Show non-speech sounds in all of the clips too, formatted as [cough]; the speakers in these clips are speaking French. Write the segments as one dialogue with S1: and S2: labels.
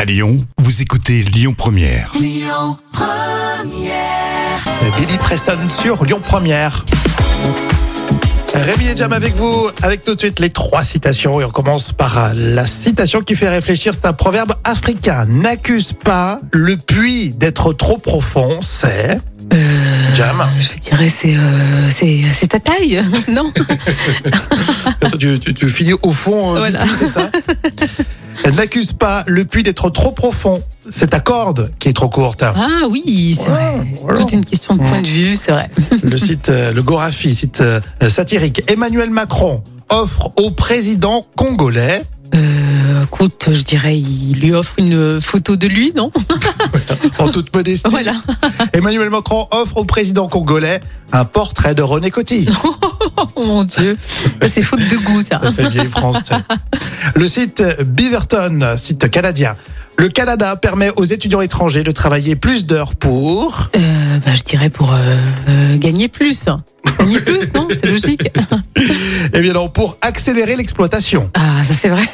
S1: À Lyon, vous écoutez Lyon Première.
S2: Billy Preston sur Lyon Première. Rémi et Jam avec vous, avec tout de suite les trois citations. Et on commence par la citation qui fait réfléchir. C'est un proverbe africain. N'accuse pas le puits d'être trop profond. C'est. Jam.
S3: Euh, Je dirais c'est euh, c'est c'est ta taille, [laughs] non
S2: Toi, tu, tu- tu finis au fond euh,
S3: Voilà.
S2: du puits, c'est
S3: [laughs]
S2: ça N'accuse pas le puits d'être trop profond. C'est ta corde qui est trop courte.
S3: Ah oui, c'est vrai.
S2: voilà.
S3: Toute une question de point de vue, c'est vrai.
S2: Le site, euh, le Gorafi, site euh, satirique. Emmanuel Macron offre au président congolais.
S3: Euh, écoute, je dirais il lui offre une photo de lui, non [laughs]
S2: En toute modestie,
S3: Voilà.
S2: [laughs] Emmanuel Macron offre au président congolais un portrait de René Coty.
S3: Oh mon dieu, Ça, c'est faute de goût ça.
S2: Ça fait vieille France. ça. Le site Beaverton, site canadien. Le Canada permet aux étudiants étrangers de travailler plus d'heures pour.
S3: Euh, bah, je dirais pour euh, euh, gagner plus, gagner plus, non C'est logique.
S2: Eh bien non, pour accélérer l'exploitation.
S3: Ah ça c'est vrai.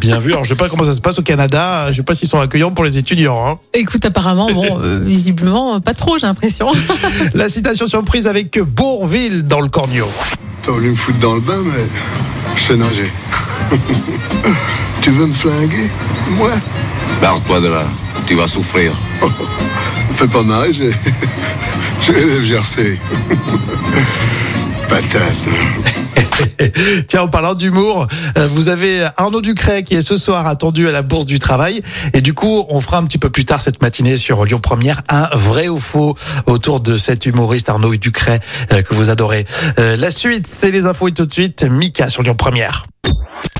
S2: Bien vu. Alors je sais pas comment ça se passe au Canada. Je sais pas s'ils sont accueillants pour les étudiants. hein.
S3: Écoute, apparemment, bon, euh, visiblement, pas trop, j'ai l'impression.
S2: La citation surprise avec Bourville dans le Cornio.
S4: T'as voulu me foutre dans le bain, mais je sais nager. [laughs] tu veux me flinguer Moi
S5: Barre-toi de là, tu vas souffrir.
S4: [laughs] Fais pas mal, j'ai... [laughs] j'ai les gercés. [laughs] Patate.
S2: [laughs] Tiens, en parlant d'humour, euh, vous avez Arnaud Ducret qui est ce soir attendu à la Bourse du Travail. Et du coup, on fera un petit peu plus tard cette matinée sur Lyon Première un vrai ou faux autour de cet humoriste Arnaud Ducret euh, que vous adorez. Euh, la suite, c'est les infos et tout de suite, Mika sur Lyon Première.